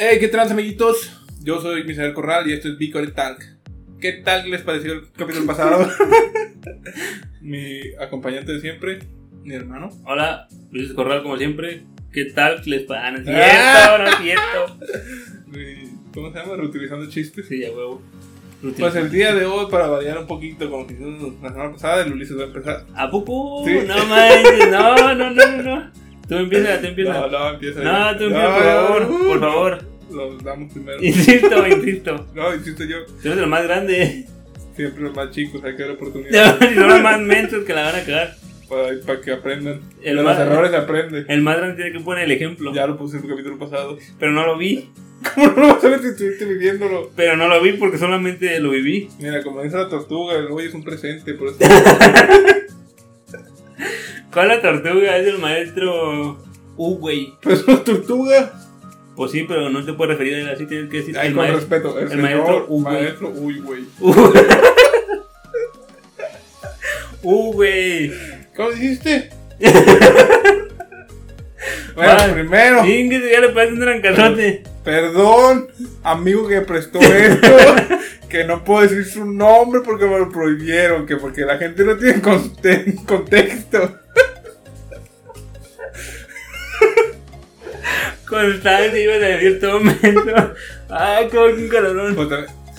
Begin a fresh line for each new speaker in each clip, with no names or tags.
Hey, ¿qué trans, amiguitos? Yo soy Misael Corral y esto es Bicore Tank. ¿Qué tal les pareció el capítulo pasado? mi acompañante de siempre, mi hermano.
Hola, Luis Corral como siempre. ¿Qué tal? Les pa- ah, no es
Ah.
cierto, no es cierto.
mi- ¿Cómo se llama? Reutilizando chistes.
Sí, a huevo.
Pues el día de hoy, para variar un poquito, como que hicimos la semana pasada, el Ulises va a empezar.
¿A poco?
Sí.
No manches, no, no, no, no, no. Tú empiezas, tú empiezas.
No,
No,
no, Uh. empieza.
tú empiezas, por favor,
no.
por favor.
Los damos primero.
Insisto, insisto.
No, insisto yo,
Tú eres el más grande.
siempre los más chicos, hay que dar oportunidad
Y no los más mentos que la van a cagar.
para, para que aprendan.
El
de los
más-
errores se aprende.
El más grande tiene que poner el ejemplo.
Ya lo puse en el capítulo pasado.
Pero no lo vi.
¿Cómo no lo vas a ver si estuviste viviéndolo?
Pero no lo vi porque solamente lo viví.
Mira, como dice la tortuga, el hoy es un presente, por eso.
¿Cuál la tortuga? Es el maestro U, güey.
Pero es una tortuga.
Pues sí, pero no te puedes referir a él así, tienes que decir
Ay,
el
con
maestro.
respeto, el,
el
señor,
maestro, uy, güey.
maestro, uy, güey.
Uh, Uh, güey.
¿Cómo dijiste? bueno,
Ay,
primero,
Chingue, ya le parece un trancazote.
perdón, amigo que prestó esto, que no puedo decir su nombre porque me lo prohibieron, que porque la gente no tiene conte- contexto.
Constante iba a decir todo momento. Ay, como que un calorón.
Pues,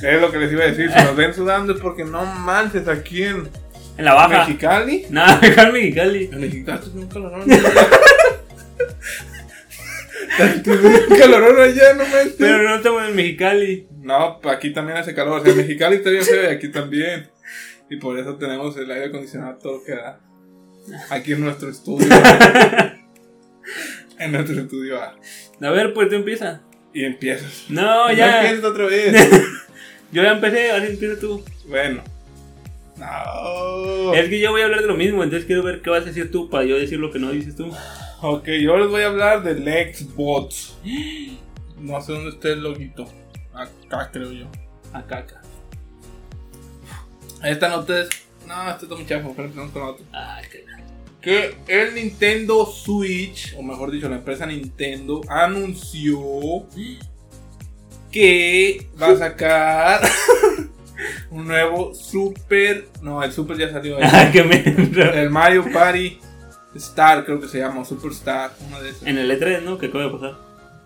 es lo que les iba a decir, si nos ven sudando es porque no manches aquí en
En la baja.
Mexicali.
Nada, mejor Mexicali.
En Mexicali es un calorón. Tuvimos un calorón allá, no me
Pero no estamos en Mexicali.
No, pa- aquí también hace calor. O sea, en Mexicali está bien feo y aquí también. Y por eso tenemos el aire acondicionado todo lo que da. Aquí en nuestro estudio. en nuestro estudio A.
A ver, pues tú empieza.
Y empiezas.
No,
No
ya.
empiezas otra vez.
Yo ya empecé, ahora empieza tú.
bueno. No.
Es que yo voy a hablar de lo mismo, entonces quiero ver qué vas a decir tú para yo decir lo que no dices tú.
Ok, yo les voy a hablar del Xbox. No sé dónde está el loguito. Acá creo yo.
A caca.
Esta nota es. No, esto está muy chafo, pero empezamos con la otra.
Ah, caca.
Que el Nintendo Switch, o mejor dicho, la empresa Nintendo, anunció que va a sacar un nuevo Super. No, el Super ya salió. El,
Ah, que me
el Mario Party Star, creo que se llama, Superstar, una de esas.
En el E3, ¿no? Que acaba de pasar.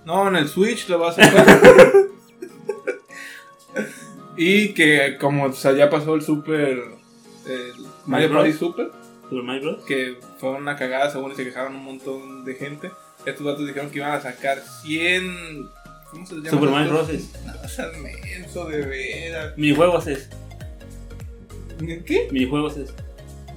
No, en el Switch lo va a sacar. y que, como o sea, ya pasó el Super. el Mario
Bros.
Party Super.
Super Mario Bros.
que fue una cagada, según y se quejaron un montón de gente. Estos datos dijeron que iban a sacar 100. ¿Cómo se llama?
Super Mario Bros. es.
No, seas menso, de veras.
Minijuegos es.
¿Qué?
Minijuegos es.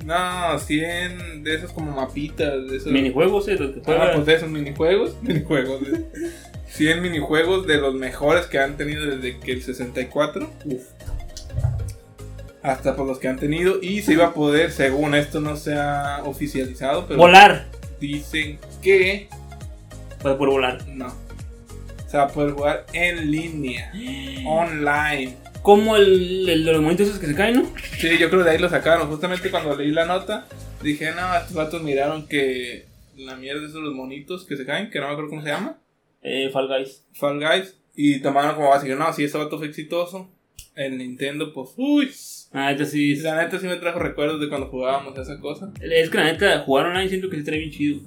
No, 100 de esos como mapitas, de esos.
Minijuegos es los que
Ah,
juegan.
pues de esos minijuegos. Minijuegos. de- 100 minijuegos de los mejores que han tenido desde que el 64. Uf. Hasta por los que han tenido. Y se iba a poder, según esto no se ha oficializado, pero
Volar.
dicen que
Pues por volar.
No. Se va a poder jugar en línea,
Oh.
online.
Como el, el de los monitos esos que se caen, ¿no?
Sí, yo creo de ahí lo sacaron. Justamente cuando leí la nota, dije, no, estos vatos miraron que la mierda es de los monitos que se caen, que no me acuerdo cómo se llama,
Eh, Fall Guys.
Fall Guys, y tomaron como base, no, si ese vato fue exitoso, el Nintendo, pues, uy.
Ah, este sí.
Y
Es,
La neta sí me trajo recuerdos de cuando jugábamos a esa cosa.
es que la neta, jugar online siento que se trae bien chido.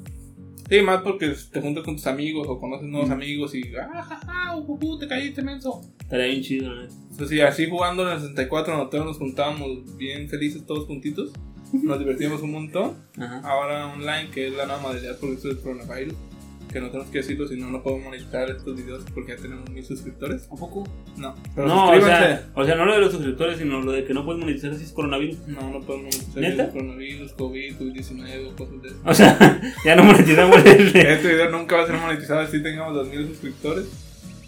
Sí, más porque te juntas con tus amigos o conoces nuevos amigos y, ah, ja, ja, uh, uh, uh, te caíste, menso.
Estaría bien chido, la neta.
Entonces, sí, así jugando en el 64, nosotros nos juntábamos bien felices todos juntitos. Nos divertíamos un montón.
Ajá.
Ahora online, que es la nueva modalidad por esto del coronavirus. Que no tenemos que decirlo, si no, no puedo monetizar estos videos porque ya tenemos mil suscriptores.
¿A poco?
No, pero
No, o
suscríbanse.
sea, o sea, no lo de los suscriptores, sino lo de que no puedes monetizar si es coronavirus.
No, no podemos monetizar
¿Neta?
videos coronavirus, COVID, COVID-19, cosas de eso.
O sea, ya no monetizamos el.
Este video nunca va a ser monetizado si tengamos los mil suscriptores.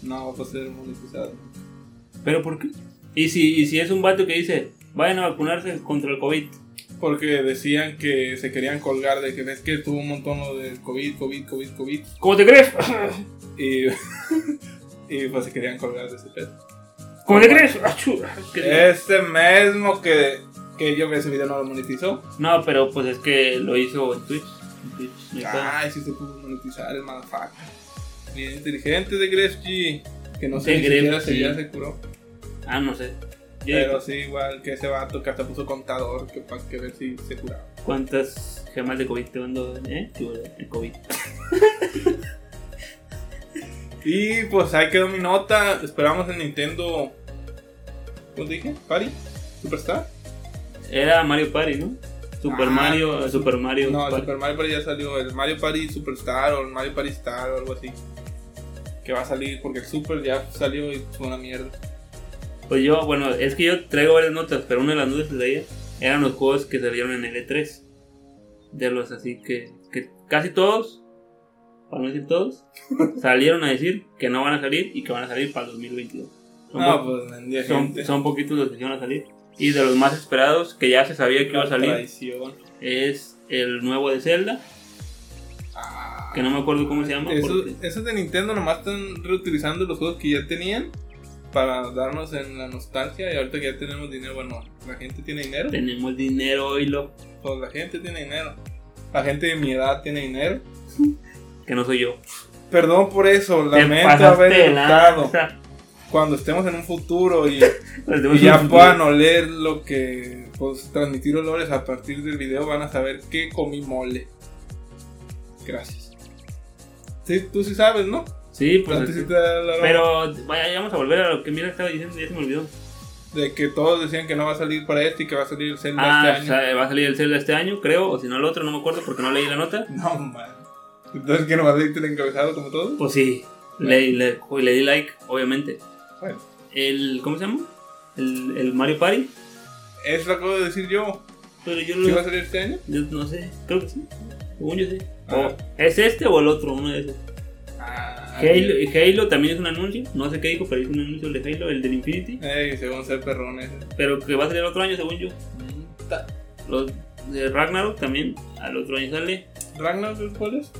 No va a ser monetizado.
¿Pero por qué? ¿Y si, y si es un vato que dice, vayan a vacunarse contra el COVID.
Porque decían que se querían colgar de que ves que tuvo un montón lo del COVID, COVID, COVID, COVID.
¿Cómo te crees?
Y, y pues se querían colgar de ese pedo.
¿Cómo te crees? Achú. ¿Qué-
Este mismo que, que yo que ese video no lo monetizó.
No, pero pues
Ah.
es que lo hizo en Twitch. En Twitch, no hay pedo.
Ay, si se pudo monetizar el motherfucker. Bien inteligente de Grefg. Que no sé
De
ni siquiera
Grefg,
si
sí.
ya se curó.
Ah, no sé. Yo
Pero sí, igual que ese vato que hasta puso contador que para que ver si se curaba.
¿Cuántas gemas de COVID te mando? ¿Eh? Tú, El COVID.
Y pues ahí quedó mi nota. Esperamos el Nintendo. ¿Cómo te dije? ¿Party? ¿Superstar?
Era Mario Party, ¿no? Super
Ah,
Mario, Super Mario.
No, el
Party.
Super Mario Party ya salió. El Mario Party Superstar o el Mario Party Star o algo así. Que va a salir porque el Super ya salió y fue una mierda.
Pues yo, bueno, es que yo traigo varias notas, pero una de las notas que traía eran los juegos que salieron en el E3. De los así que, que casi todos, para no decir todos, salieron a decir que no van a salir y que van a salir para el 2022. Son,
No,
po-
pues vendía gente.
son, son poquitos los que iban a salir. Y de los más esperados, que ya se sabía que iba a salir,
Traición.
es el nuevo de Zelda,
Ah,
que no me acuerdo cómo se llama.
eso,
porque-
esos de Nintendo nomás están reutilizando los juegos que ya tenían para darnos en la nostalgia y ahorita que ya tenemos dinero, bueno, la gente tiene dinero.
Tenemos dinero hoy, lo
Pues la gente tiene dinero. La gente de mi edad tiene dinero.
que no soy yo.
Perdón por eso,
Te
lamento
pasaste
haber
de
educado.
lanza.
Cuando estemos en un futuro y,
Pues
y
tenemos
ya
un-
puedan oler lo que, pues transmitir olores a partir del video, van a saber que comí mole. Gracias. Sí, tú sí sabes, ¿no?
Sí, pues.
Antes
así-
sí te da la-
Pero vaya, ya vamos a volver a lo que mira estaba diciendo, ya se me olvidó.
Este De que todos decían que no va a salir para este y que va a salir el Zelda
Ah,
este
o
año.
sea, va a salir el Zelda este año, creo, o si no el otro, no me acuerdo porque no leí la nota.
No, man. Entonces, ¿qué no va a salir el encabezado como todos?
Pues sí, le, le, le di like, obviamente.
Bueno,
El, ¿Cómo se llama? El, el Mario Party.
eso lo acabo de decir yo.
Pero yo,
¿Sí
lo,
va a salir este año?
yo no sé, creo que sí. Según yo sí.
Ajá.
O, ¿Es este o el otro? Uno de esos.
Ah,
Halo, y Halo también es un anuncio, no sé qué dijo, pero hizo un anuncio el de Halo, el del Infinity.
Ey, según ser perrón ese.
Pero que va a salir el otro año, según yo.
Ta-
Los de Ragnarok también, al otro año sale.
¿Ragnarok cuál es?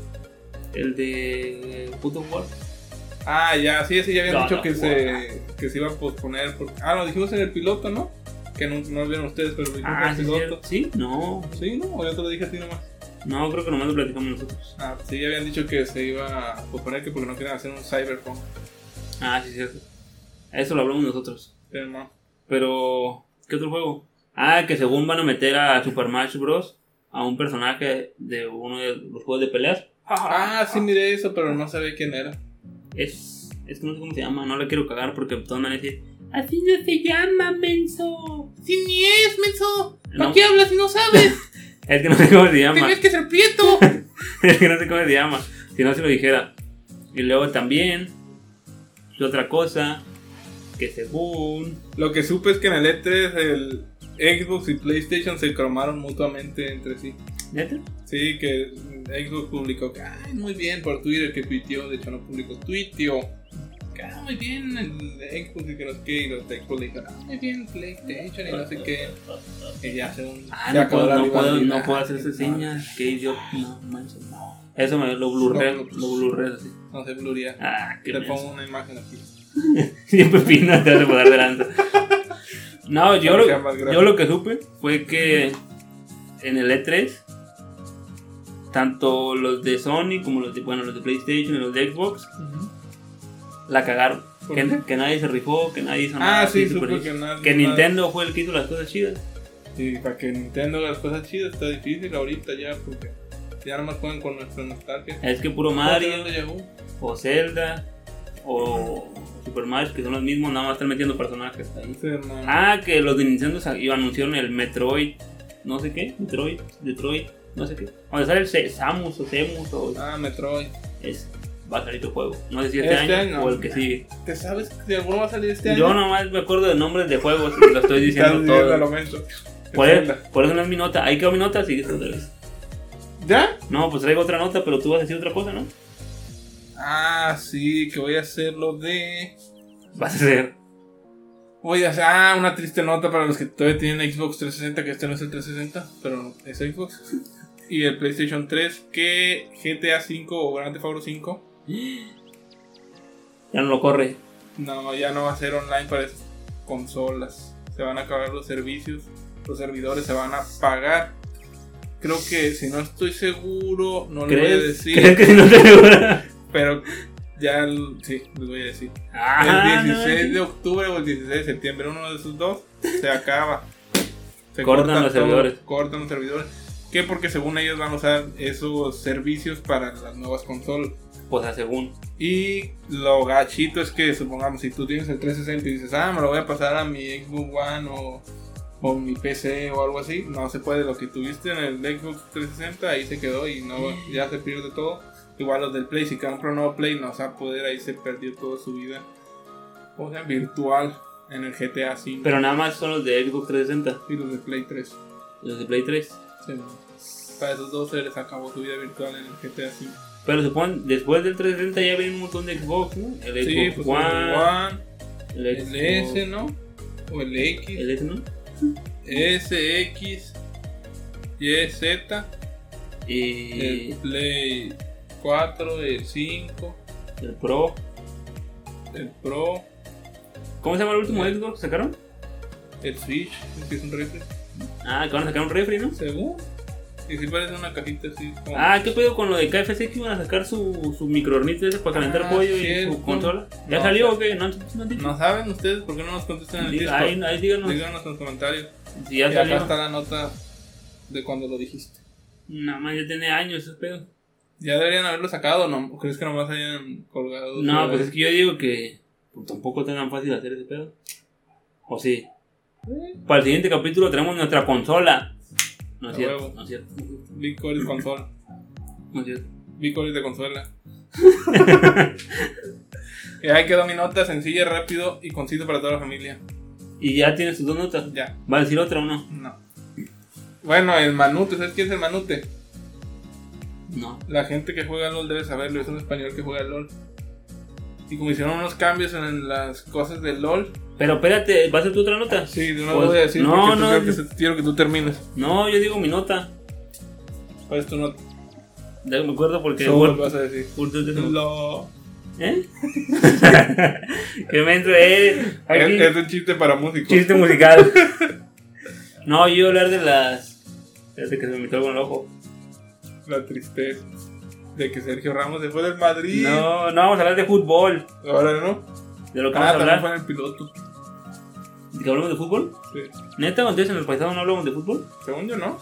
El de Puto War.
Ah, ya, sí, sí, ya habían
No,
dicho
no,
que,
guau.
se, que se iba a posponer. por- Ah, lo dijimos en el piloto, ¿no? Que no, no lo vieron ustedes, pero lo dijimos en
Ah,
el
sí,
piloto.
sí, no.
Sí, ¿no? O yo te lo dije a ti nomás.
No, creo que nomás lo platicamos nosotros.
Ah, sí, ya habían dicho que se iba a posponer que porque no querían hacer un cyberpunk.
Ah, sí, cierto. Eso lo hablamos nosotros.
Pero no.
Pero, ¿qué otro juego? Ah, que según van a meter a Super Smash Bros. a un personaje de uno de los juegos de peleas.
Ah, sí, miré eso, pero no sabía quién era.
Es, es que no sé cómo se llama, no le quiero cagar porque todos me van a decir: Así no se llama, menso.
Sí, ni es, menso.
¿Pa' No. qué
hablas si no sabes?
Es que no sé cómo se llama.
que ser prieto.
Es que no sé cómo se llama. Si no se lo dijera. Y luego también. Y otra cosa. Que según.
Lo que supe es que en el E3 el Xbox y PlayStation se cromaron mutuamente entre sí.
¿Neta?
Sí, que Xbox publicó que, ay, muy bien por Twitter que tuiteó, de hecho no publicó, tuiteó. Que, "Ah, muy bien el Xbox y que no sé qué, y los de Xbox le dijeron, ah, muy bien PlayStation y no sé qué. Y ya según.
Ah,
se
no
acabó
puedo,
la
no, puedo,
rivalidad.
no puedo hacer
Ah,
esas señas. Qué idiota. No, manches, no. pues, Eso me lo blurreo.
No, no,
lo blurreo así.
No, no se bluría.
Ah, qué
Te
menso.
pongo una imagen aquí.
Siempre pino te vas a pasar de lanza. No, yo
Para
lo,
que sea más grande.
yo lo que supe fue que en el E3, tanto los de Sony como los de, bueno, los de PlayStation y los de Xbox, la cagaron.
¿Por
Que,
qué?
que nadie se rifó, que nadie hizo nada.
Ah, sí,
así,
supe
super-
que nada.
que
nada-
Nintendo fue el que hizo las cosas chidas.
Sí, para que Nintendo haga las cosas chidas está difícil ahorita ya, porque ya nomás juegan con nuestra nostalgia.
Es que puro
¿Cuánto
Mario,
le llegó?
o Zelda, o Super Mario, que son los mismos, nada más están metiendo personajes ahí.
Sí, hermano.
Ah, que los de Nintendo sa- y anunciaron el Metroid, no sé qué, Metroid, Detroit, no sé qué. Donde sale el Se- Samus o Semus o
Ah, Metroid.
es va a salir tu juego. No sé si este,
Este
año,
año.
o el que sigue.
¿Te sabes si alguno va a salir este año?
Yo nomás me acuerdo de nombres de juegos y lo estoy
Estás
diciendo
diciendo lo
todo.
menso.
Por, eso-
Zelda.
por eso no es mi nota. Ahí quedó mi nota, sigue otra vez.
¿Ya?
No, pues traigo otra nota, pero tú vas a decir otra cosa, ¿no?
Ah, sí, que voy a hacer lo de.
Vas a ser.
Voy a hacer. Ah, una triste nota para los que todavía tienen Xbox 360, que este no es el 360, pero es Xbox. Y el PlayStation 3, que GTA 5 o Grand Theft Auto 5.
Ya no lo corre.
No, ya no va a ser online para esas consolas. Se van a acabar los servicios, los servidores se van a pagar. Creo que si no estoy seguro, no le voy a
¿Crees?
decir.
¿Crees que si no te
Pero ya, el- sí, les voy a decir.
Ah,
el 16 de
no,
octubre o el 16 de septiembre, uno de esos dos, se acaba. Se
Cortan los
todo,
servidores.
Cortan los servidores. ¿Qué? Porque según ellos van a usar esos servicios para las nuevas consolas.
Pues a según.
Y lo gachito es que, supongamos, si tú tienes el 360 y dices, ah, me lo voy a pasar a mi Xbox One o, o mi PC o algo así, no se puede. Lo que tuviste en el Xbox 360 ahí se quedó y no
Mm.
ya se pierde todo. Igual los del Play, si compra un nuevo Play, no se va a poder, ahí se perdió toda su vida. O sea, virtual en el GTA 5
Pero nada más son los de Xbox 360,
y los del Play 3.
los de Play 3.
Sí, no. Para esos dos se les acabó su vida virtual en el GTA 5.
Pero supongo, después del 360 ya viene un montón de Xbox, ¿no? El
Sí,
Xbox
pues el
One,
One,
el,
el
Xbox-
S, ¿no? O el X.
el S, ¿no?
S, X, Y, Z,
Y
el Play 4, el 5,
el Pro.
el Pro,
¿Cómo se llama el último Xbox que sacaron?
el Switch, que es un refri,
Ah, que van a sacar un refri, ¿no?
según. Y si parece una cajita así como...
Ah, ¿qué pedo con lo de KFC que iban a sacar su, su microornito ese para calentar
Ah,
pollo y
cierto.
su consola? ¿Ya
No,
salió
sí.
o qué? No, no han dicho.
¿No saben ustedes por qué no nos contestan en el
Diga-
Discord?
ahí, ahí díganos
Díganos en los comentarios.
si ya
y
salió.
acá está la nota de cuando lo dijiste.
Nada más ya tiene años esos pedos.
Ya deberían haberlo sacado, ¿no? ¿Crees que nomás hayan colgado?
No, pues es que yo digo que pues, tampoco es tan fácil hacer ese pedo. O sí. Para el siguiente capítulo tenemos nuestra consola. No es
A
cierto,
huevo.
no es cierto,
Big Core de consola.
no es cierto.
Big Core de consola. y ahí quedó mi nota sencilla, rápido y conciso para toda la familia.
Y ya tienes tus dos notas.
Ya,
¿Va a decir otra o no?
no. Bueno, el manute, ¿sabes quién es el manute?
No.
La gente que juega LOL debe saberlo, es un español que juega LOL. Y como hicieron unos cambios en las cosas de LOL.
Pero espérate, ¿va a ser tu otra nota?
Sí, no
Pues,
lo voy a decir
no,
porque tú
no,
creo que
no.
se- quiero que tú termines.
No, yo digo mi nota.
¿Cuál es tu nota?
Ya me acuerdo porque.
Solo
Bueno,
vas a decir. Lo...
¿Eh? que me eres. Aquí,
Es, es un chiste para músicos.
chiste musical. no, yo iba a hablar de las. Espérate que se me metió algo en el ojo.
La tristeza de que Sergio Ramos se fue del Madrid.
No, no, vamos a hablar de fútbol.
Ahora no.
De lo que
Ah,
vamos a
también fue
hablar.
en el piloto.
¿De que hablamos de fútbol?
Sí.
¿Neta? Entonces en el paisado no hablamos de fútbol.
Según yo, ¿no?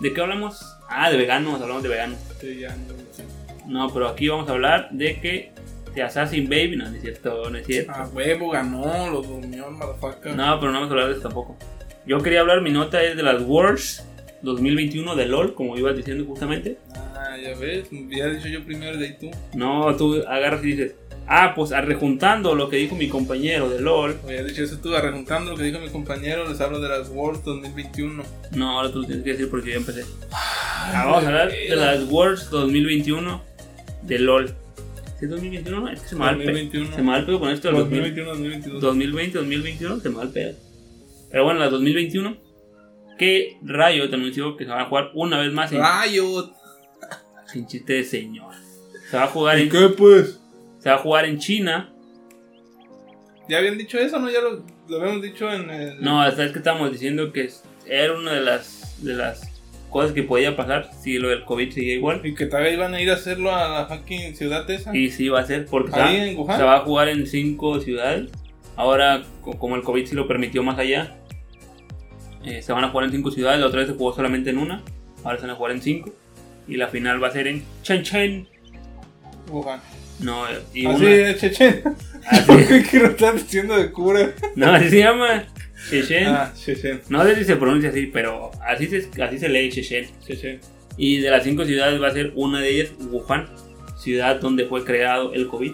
¿De qué hablamos? Ah, de veganos, hablamos de veganos.
Sí, ya no lo sé.
No, pero aquí vamos a hablar de que The Assassin Baby, no, no es cierto, no es cierto.
Ah, huevo, ganó, lo durmió el motherfucker.
No, pero no vamos a hablar de eso tampoco. Yo quería hablar, mi nota es de las Worlds 2021 de LOL, como ibas diciendo justamente.
Ah, ya ves, me había dicho yo primero de ahí tú.
No, tú agarras y dices, ah, pues rejuntando lo que dijo mi compañero de LOL.
Me había dicho eso tú, arrejuntando lo que dijo mi compañero, les hablo de las Worlds 2021.
No, ahora tú lo tienes que decir porque yo empecé. Ah, vamos a hablar de las Worlds 2021 de LOL. ¿Sí es 2021? no? Es que se me va el pedo.
2021.
Se me va el pedo con esto del 2000.
2021, 2022.
2020, 2021, se me va el pedo. Pero bueno, la 2021, que Rayo te anunció que se va a jugar una vez más en
Ah. Riot.
Sin chiste de señor. Se va a jugar en,
qué pues?
se va a jugar en China.
¿Ya habían dicho eso, no? Ya lo, lo habíamos dicho en el.
No, hasta es que estábamos diciendo que es- era una de las, de las cosas que podía pasar si lo del COVID seguía igual.
Y que todavía iban a ir a hacerlo a la fucking ciudad esa.
Y sí va a ser, porque se va,
Ahí en Wuhan.
se va a jugar en cinco ciudades. Ahora, co- como el COVID sí lo permitió más allá, eh, se van a jugar en cinco ciudades. La otra vez se jugó solamente en una, ahora se van a jugar en cinco. Y la final va a ser en Shenzhen.
Wuhan.
No, eh, y
Así
una-
es, Chechen.
así-
¿Por qué quiero estar diciendo de cura?
no, así se llama. Shenzhen.
Ah, Chechen.
No sé si se pronuncia así, pero así se, así se lee Shenzhen.
Chechen.
Y de las cinco ciudades va a ser una de ellas Wuhan, ciudad donde fue creado el COVID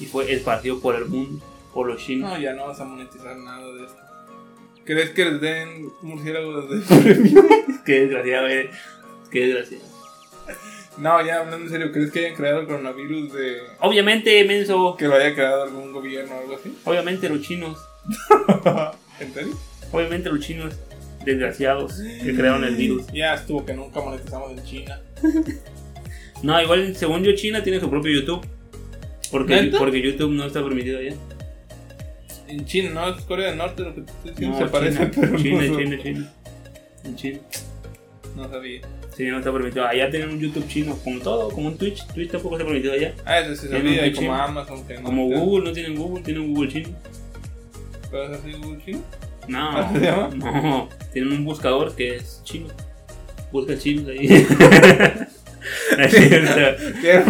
y fue esparcido por el mundo, por los chinos.
No, ya no vas a monetizar nada de esto. ¿Crees que les den murciélagos de premio?
Qué desgraciado eres, qué desgraciado.
No, ya hablando en serio, ¿crees que hayan creado el coronavirus de.
Obviamente, menso,
que lo haya creado algún gobierno o algo así?
obviamente los chinos,
¿En serio?
obviamente los chinos desgraciados que crearon el virus.
Mm, Ya estuvo que nunca monetizamos en China.
No, igual según yo China tiene su propio YouTube. Porque,
¿Neta?
porque YouTube no está permitido allá.
En China, ¿no? Es Corea del Norte lo que te estoy diciendo.
No,
se
China,
parece, pero
China,
no,
China, China. En China.
no sabía.
Sí, no está permitido. Allá tienen un YouTube chino, como todo, como un Twitch. Twitch tampoco está permitido allá.
Ah, eso sí se
Tiene
olvida,
un
y como
chino.
Amazon que no.
Como Google, no tienen Google, tienen un Google chino.
¿Pero es así Google chino?
No,
¿Ah, se llama?
no, tienen un buscador que es chino. Busca chinos ahí. No es cierto.
¿Qué?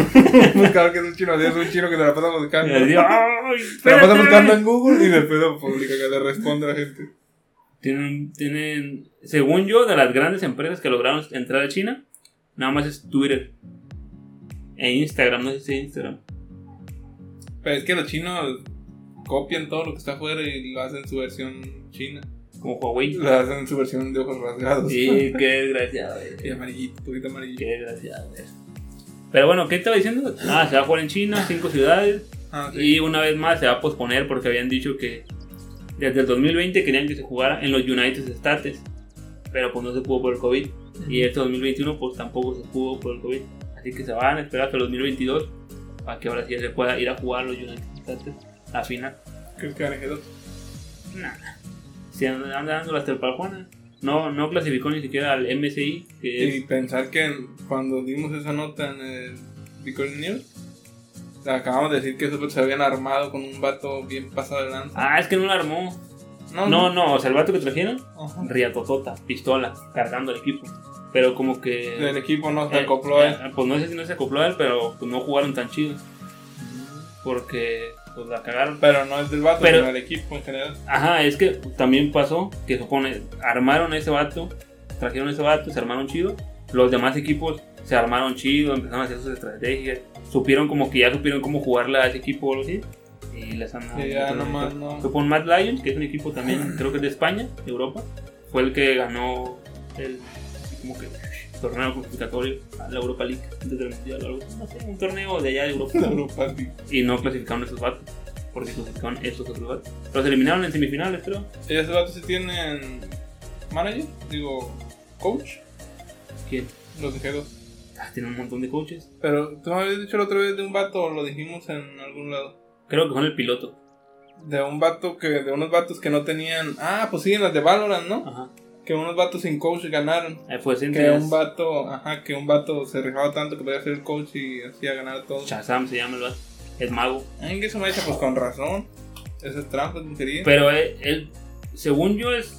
Un buscador que es un chino, es un chino que te la pasa buscando.
Así,
Te
¡ay,
la pasa
espérate!
buscando en Google y después lo publica, que le responde a la gente.
Tienen, tienen, según yo, de las grandes empresas que lograron entrar a China, nada más es Twitter e Instagram, no sé si es Instagram.
Pero es que los chinos copian todo lo que está afuera y lo hacen su versión china.
Como Huawei.
Lo hacen su versión de ojos rasgados.
Sí, qué desgraciado.
Y
eh.
amarillito, un poquito amarillito.
Qué desgraciado. eh. Pero bueno, ¿qué estaba diciendo? Ah, se va a jugar en China, cinco ciudades.
Ah, sí.
Y una vez más se va a posponer porque habían dicho que desde el 2020 querían que se jugara en los United States. Pero pues no se pudo por el COVID. Y este 2021 pues tampoco se pudo por el COVID. Así que se van a esperar hasta el 2022 para que ahora sí se pueda ir a jugar a los United States a final.
¿Crees que van a quedar?
Nada. Se andan andan dando las telparjuanas. No, no clasificó ni siquiera al MSI, que es
Y pensar que cuando dimos esa nota en el Bitcoin News, acabamos de decir que esos se habían armado con un vato bien pasado de lanza.
Ah, es que no la armó. Ah, No, Ah. no, o sea, el vato que trajeron,
Ajá.
riatotota, pistola, cargando el equipo. Pero como que.
El equipo no se
Eh,
acopló a
eh, Pues no sé si no se acopló a él, pero pues, no jugaron tan chido. Porque pues la cagaron.
Pero no es del vato,
Pero-
sino del equipo en general.
Ajá, es que también pasó que supone, armaron a ese vato, trajeron a ese vato, se armaron chido. Los demás equipos se armaron chido, empezaron a hacer sus estrategias. Supieron como que ya supieron cómo jugarle a ese equipo o algo así. Y les han
Sí, ya nomás no.
Fue con Mad Lions, que es un equipo también, creo que es de España, de Europa. Fue el que ganó el como que, torneo clasificatorio a la Europa League. antes del Mundial o algo así. No sé, un torneo de allá de Europa.
La Europa League.
y no clasificaron esos vatos. Porque clasificaron esos otros vatos. Los eliminaron en semifinales, creo.
¿Y esos vatos sí tienen manager? Digo, coach.
¿Quién?
Los dejé dos.
Ah, tiene un montón de coaches.
Pero tú me habías dicho la otra vez de un vato, o lo dijimos en algún lado.
Creo que son el piloto.
De un vato que, de unos vatos que no tenían. Ah, pues sí, en las de Valorant, ¿no?
Ajá.
Que unos vatos sin coach ganaron.
Ahí fue
Que
Sentinels.
un vato, ajá, que un vato se rejaba tanto que podía ser el coach y hacía ganar todo.
Shazam se llama el vato. Es mago.
Ay, que eso me dice, pues con razón. Eso es trampa, es brujería.
Pero él, él, según yo, es.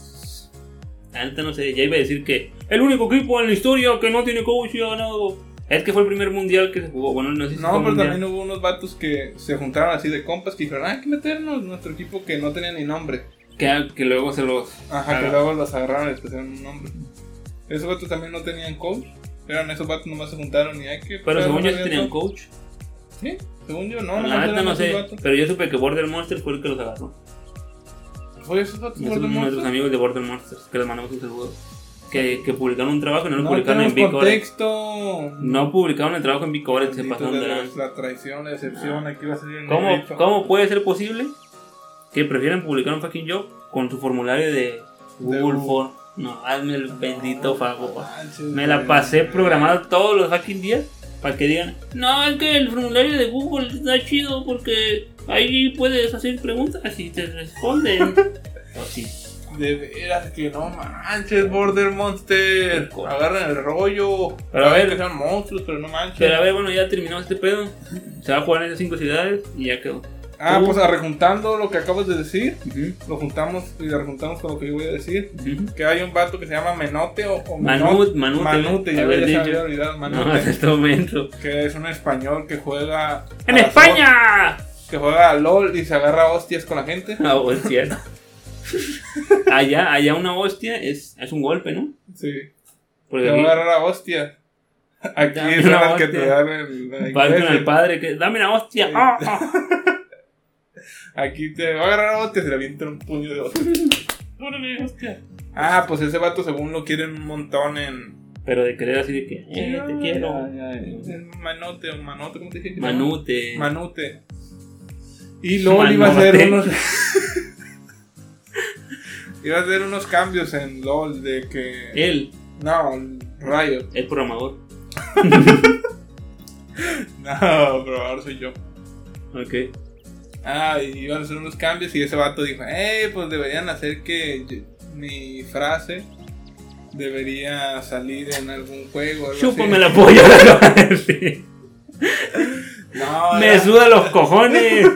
Antes no sé, ya iba a decir que el único equipo en la historia que no tiene coach y ha ganado. Es que fue el primer mundial que se jugó. Bueno, no sé si fue
No,
el
pero
mundial.
también hubo unos vatos que se juntaron así de compas que dijeron, ah, hay que meternos en nuestro equipo que no tenía ni nombre.
Que, que luego se los.
Ajá,
Ah.
que luego los agarraron y les pusieron un nombre. Esos vatos también no tenían coach. Eran esos vatos nomás se juntaron y hay que.
Pero según yo, sí
no
tenían coach.
Sí, según yo no. nomás
La neta
eran
no
esos
sé.
vatos.
Pero yo supe que Border Monster fue el que los agarró.
Oye, esos vatos
Nuestros-
fueron
Nuestros
monstruos.
amigos de Border Monsters, que les mandamos un saludo. Que, que publicaron un trabajo y no lo
No
publicaron en
tenemos
Big Orange.
contexto.
No publicaron el trabajo en Bicoret, se
Bendito
pasaron de
de
lanza.
Dios, la traición, la decepción, aquí va a salir en el
¿Cómo,
grito.
¿Cómo puede ser posible que prefieran publicar un fucking job con su formulario de Google
De-
Form? No, hazme el
No,
bendito favor.
manches,
Me la
güey.
pasé programado todos los fucking días para que digan, no, es que el formulario de Google está chido porque ahí puedes hacer preguntas y te responden. O sí.
De veras que no manches, Border Monster. Agarran el rollo.
Pero a
Saben
ver.
que sean monstruos, pero no manches.
Pero a ver, bueno, ya terminó este pedo. Se va a jugar en esas cinco ciudades y ya quedó.
ah,
tú-
pues rejuntando lo que acabas de decir,
Ujú,
lo juntamos y lo rejuntamos con lo que yo voy a decir.
ujú.
Que hay un vato que se llama Menote o, o
Manut, Manute,
Manute, ya,
haber
ya se
dicho.
había olvidado Manute,
No, hasta este momento.
que es un español que juega
¡En
a las
España!
hos- que juega a LOL y se agarra a hostias con la gente.
Ah, bueno, es cierto. allá, allá una hostia es, es un golpe, ¿no?
Sí.
Porque
Te va a
aquí
agarrar la hostia. Aquí
Dame
es
la
las que
hostia.
te dan en ¿eh? la
vas con el
iglesia.
padre que dame una hostia. Ah, ah.
Aquí te va a agarrar la hostia y se le avienta un puño de hostia.
Órale, hostia.
Ah, pues ese vato según lo quieren un montón en...
Pero de querer así de que eh, te quiero.
En Manote o Manote, ¿cómo te dije? que se llama?
Manute.
Manute. Y LOL iba a hacer
Manote.
unos... iba a hacer unos cambios en LOL de que...
Él
No, Riot.
es programador.
No, pero ahora soy yo.
Ok.
Ah, y iban a hacer unos cambios y ese vato dijo, eh, pues deberían hacer que yo- mi frase debería salir en algún juego. algo
Chúpame
así.
la polla, le acaba de decir.
No,
Me
era-
suda los cojones.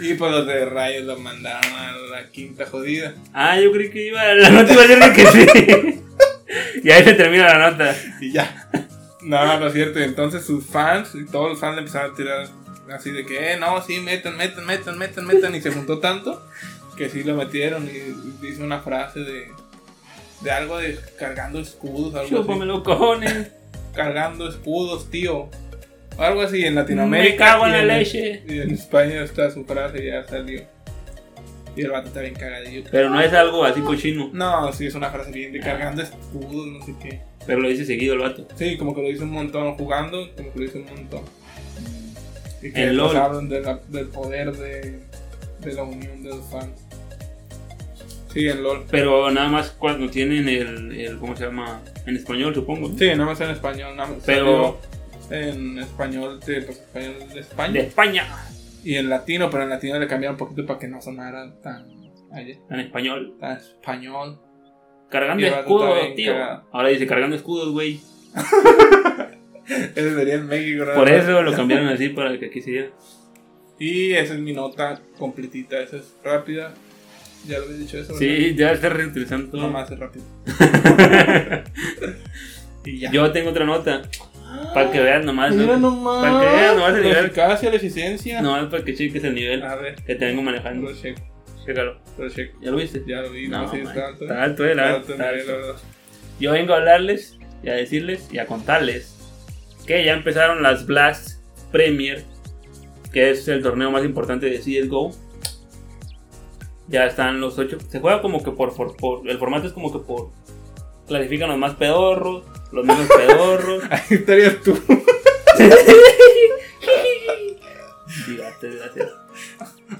Y pues los de Rayos lo mandaron a la quinta jodida.
Ah, yo creí que iba. La nota iba a decir que sí. Y ahí se termina la nota.
Y ya. No, no es cierto. Y entonces sus fans y todos los fans le empezaron a tirar así de que, eh, no, sí, metan, metan, metan, metan, metan. Y se juntó tanto que sí lo metieron. Y dice una frase de, de algo de cargando escudos, algo así.
Chúpame los cojones.
Cargando escudos, tío. O algo así en Latinoamérica.
Me cago en
y
la leche.
Y en España está su frase, ya salió. Y el vato está bien cagadillo.
Pero no es algo así cochino.
No, sí, es una frase bien de cargando escudos, no sé qué.
Pero lo dice seguido el vato.
Sí, como que lo hizo un montón jugando, como que lo hizo un montón. Y que
En
nos
LOL.
hablan de la- del poder de, de la unión de los fans. Sí, en LOL.
Pero nada más cuando tienen el. el ¿Cómo se llama? En español, supongo. ¿no?
Sí, nada más en español, nada más.
Pero-
salió En español de, pues, español de España.
De España.
Y en latino, pero en latino le cambiaron un poquito para que no sonara tan, ay,
En español.
tan español.
Cargando
Y el vato está
escudos,
bien
tío.
cagado.
Ahora dice cargando escudos, güey.
Eso sería en México, ¿verdad?
Por eso lo cambiaron así para que aquí se diera.
Y esa es mi nota completita, esa es rápida. Ya lo había dicho eso. ¿verdad?
Sí, ya está reutilizando todo.
No más es rápido. y ya.
Yo tengo otra nota. Para que vean nomás.
Mira
No,
nomás.
Para que vean nomás el
La
nivel.
eficacia, la eficiencia.
no es para que cheques el nivel
A ver,
que te vengo manejando.
lo checo,
Chécalo.
lo checo.
¿Ya lo viste?
Ya lo vi, no,
No,
sé,
man.
está alto.
Está alto, eh,
Está
la verdad,
alto el
está
nivel,
alto.
la verdad.
Yo vengo a hablarles y a decirles y a contarles que ya empezaron las Blast Premier, que es el torneo más importante de CSGO. Ya están los ocho. Se juega como que por, por, por- El formato es como que por. Clasifican los más pedorros, los menos pedorros.
Ahí estarías tú.
Sí, gato, gracias.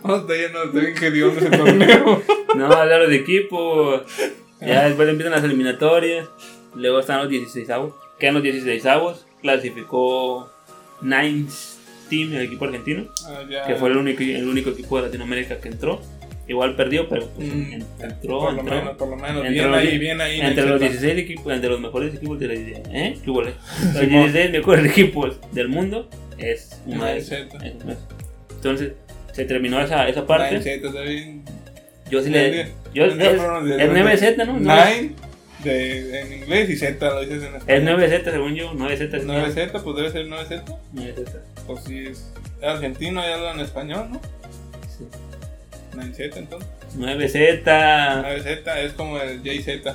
No, está lleno, está bien que dio ese torneo.
No, ya los equipos. Ya después empiezan las eliminatorias. Luego están los 16 avos. Quedan los 16 avos. Clasificó Nines Team, el equipo argentino.
Ah, ya.
Que fue el único, el único equipo de Latinoamérica que entró. Igual perdió, pero pues,
Mm,
en- entró.
Por lo
entró.
menos, por lo menos.
Entre
Bien
los-
ahí, bien ahí.
Entre los
Nacheta.
16 equipos, entre los mejores equipos de la idea, ¿eh? ¿Qué hubo, eh? Los
Simón.
16 mejores equipos del mundo es una de ellos.
Nacheta.
Es uno de ellos. Entonces, se terminó esa, esa parte.
Nacheta, está bien.
Yo sí le.
Entendí.
Yo, es,
Entendí, pero no,
es 9Z, ¿no? No,
Nine de, en inglés y Z lo dices en
Es
español.
9Z, según yo. 9Z. es
9Z, pues debe ser 9Z.
9Z.
Pues si es argentino, ya hablan español, ¿no?
sí.
9Z entonces.
9Z.
9Z es como el JZ.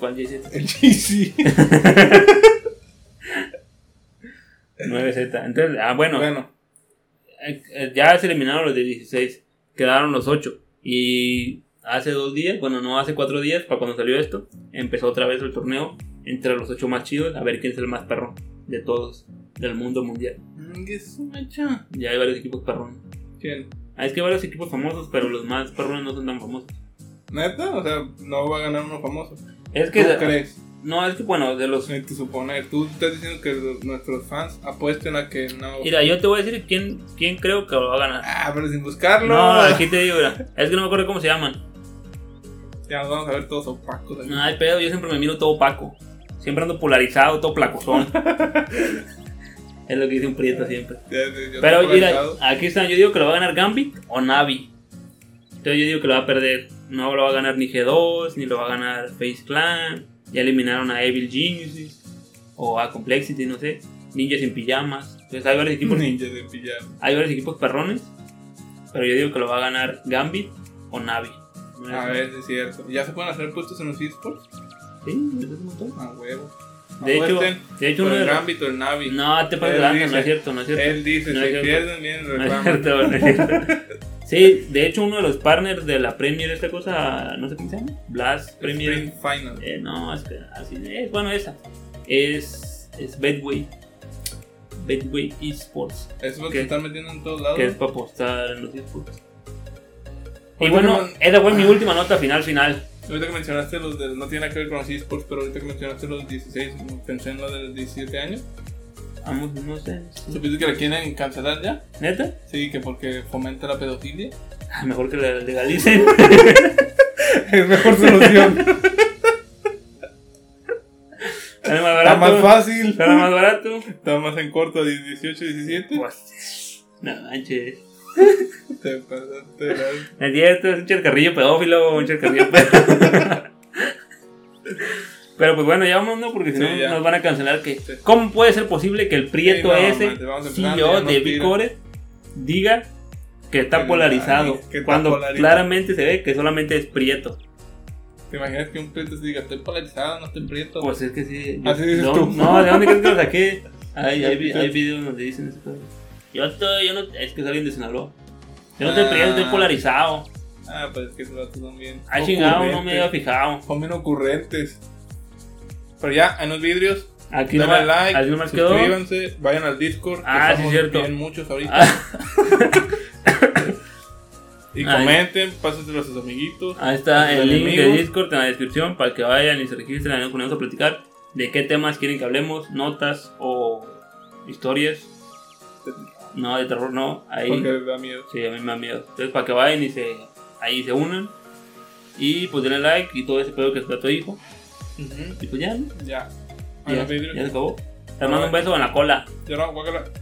¿Cuál dice?
El JC.
9Z. Entonces, ah, bueno.
Bueno,
eh, eh, Ya se eliminaron los de 16. Quedaron los 8. Y hace dos días, bueno, no hace cuatro días, para cuando salió esto, empezó otra vez el torneo entre los 8 más chidos. A ver quién es el más perrón de todos del mundo mundial.
¿qué es macha?
Ya hay varios equipos perrón.
¿Quién?
Ah, es que hay varios equipos famosos, pero los más perrones no son tan famosos.
¿Neta? O sea, no va a ganar uno famoso.
Es
¿Qué
que.
¿Tú crees?
No, es que bueno, de los.
Ni te suponer. Tú estás diciendo que los- nuestros fans apuesten a que no.
Mira, yo te voy a decir quién, quién creo que lo va a ganar.
Ah, pero sin buscarlo.
No, aquí te digo, mira. Es que no me acuerdo cómo se llaman.
Ya nos vamos a ver todos opacos. aquí.
No, hay Pues pedo, yo siempre me miro todo opaco. Siempre ando polarizado, todo placozón. es lo que dice un prieto siempre.
Ya, ya, ya
Pero
está
mira,
polarizado.
aquí están. Yo digo que lo va a ganar Gambit o Navi. Entonces yo digo que lo va a perder. No lo va a ganar ni G2, ni lo va a ganar Face Clan. Ya eliminaron a Evil Geniuses o a Complexity, no sé. Ninjas en pijamas. Entonces hay varios equipos
ninja de pijama.
Hay varios equipos perrones, pero yo digo que lo va a ganar Gambit o Navi.
A ver, si es cierto. ¿Ya se pueden hacer puestos en los esports?
Sí, es un montón.
A huevo.
De hecho,
Apuesten
de hecho
por
uno de
el
los...
ámbito, el Navi.
No, te pasas
Él
de lanza, no
Eh, dice- eh,
es cierto, no es cierto.
Él dice,
No es
si
cierto.
pierden, vienen
No es
reclaman.
cierto, no es cierto. Sí, de hecho uno de los partners de la Premier, esta cosa, no sé cómo se llama, Blast Premier.
Spring Final.
Eh, no, es que así es, bueno, esa. Es, es Betway. Betway Esports,
Eso
¿Qué?
se están metiendo en todos lados.
que es para apostar en los esports. Y
Ahorita
bueno,
que
esa fue mi última nota final, final.
men- Ahorita que mencionaste los de. No tiene nada que ver con los esports, pero ahorita que mencionaste los 16, pensé en los de los 17 años.
Vamos, no sé.
¿Supiste que la quieren cancelar ya?
¿Neta?
Sí, que porque fomenta la pedofilia.
Ah, Mejor que la legalicen.
Es mejor solución.
Sale más
Está
barato.
más fácil.
Sale más barato.
Está más en corto, 18, 17.
Pues, no manches. Pues,
Te pasaste de lanza.
Es cierto, este es un charcarrillo pedófilo, un charcarrillo pedófilo. Pero pues bueno, ya vamos, ¿no? Porque si
Sí,
no
ya.
nos van a cancelar que...
Sí.
¿Cómo puede ser posible que el prieto
Sí, no,
ese,
mate, vamos
si
empezando, ya
yo
nos
de
tiran.
Bicore, diga que está
Que no,
polarizado?
ay, que está
cuando
polarizado.
claramente se ve que solamente es prieto.
¿Te imaginas que un prieto se diga, estoy polarizado, no estoy prieto?
Pues es que sí.
Así dices
no,
tú.
no, ¿de dónde crees que lo saqué? Hay, hay, vi- hay videos donde dicen eso. pero Yo estoy, yo no, es que es alguien de Sinaloa. Yo no estoy
Ah.
prieto, estoy polarizado.
Ah, pues es que esos datos son bien.
Ah, chingado, no me había
ocurrentes.
fijado.
Son bien ocurrentes. Pero ya, en los vidrios,
Aquí
denle
nomás,
like,
aquí nomás quedó.
suscríbanse, vayan al Discord. que
Ah, sí,
estamos
cierto.
Bien muchos ahorita.
Ah,
Y
Ay.
comenten, pásenselo a sus amiguitos.
ahí está el
Los
link de
enemigos.
Discord en la descripción para que vayan y se registren. Ahí nos ponemos a platicar de qué temas quieren que hablemos, notas o historias. No, de terror no. Ahí.
Porque les da miedo.
Sí, a mí me da miedo. Entonces, para que vayan y se, ahí se unan. Y pues denle like y todo ese pedo que está tu hijo. Y pues ya, ¿no?
Ya. Vayan
Ya,
al vidrio.
ya se acabó. Te mando un beso en la cola.
Ya no, guácala.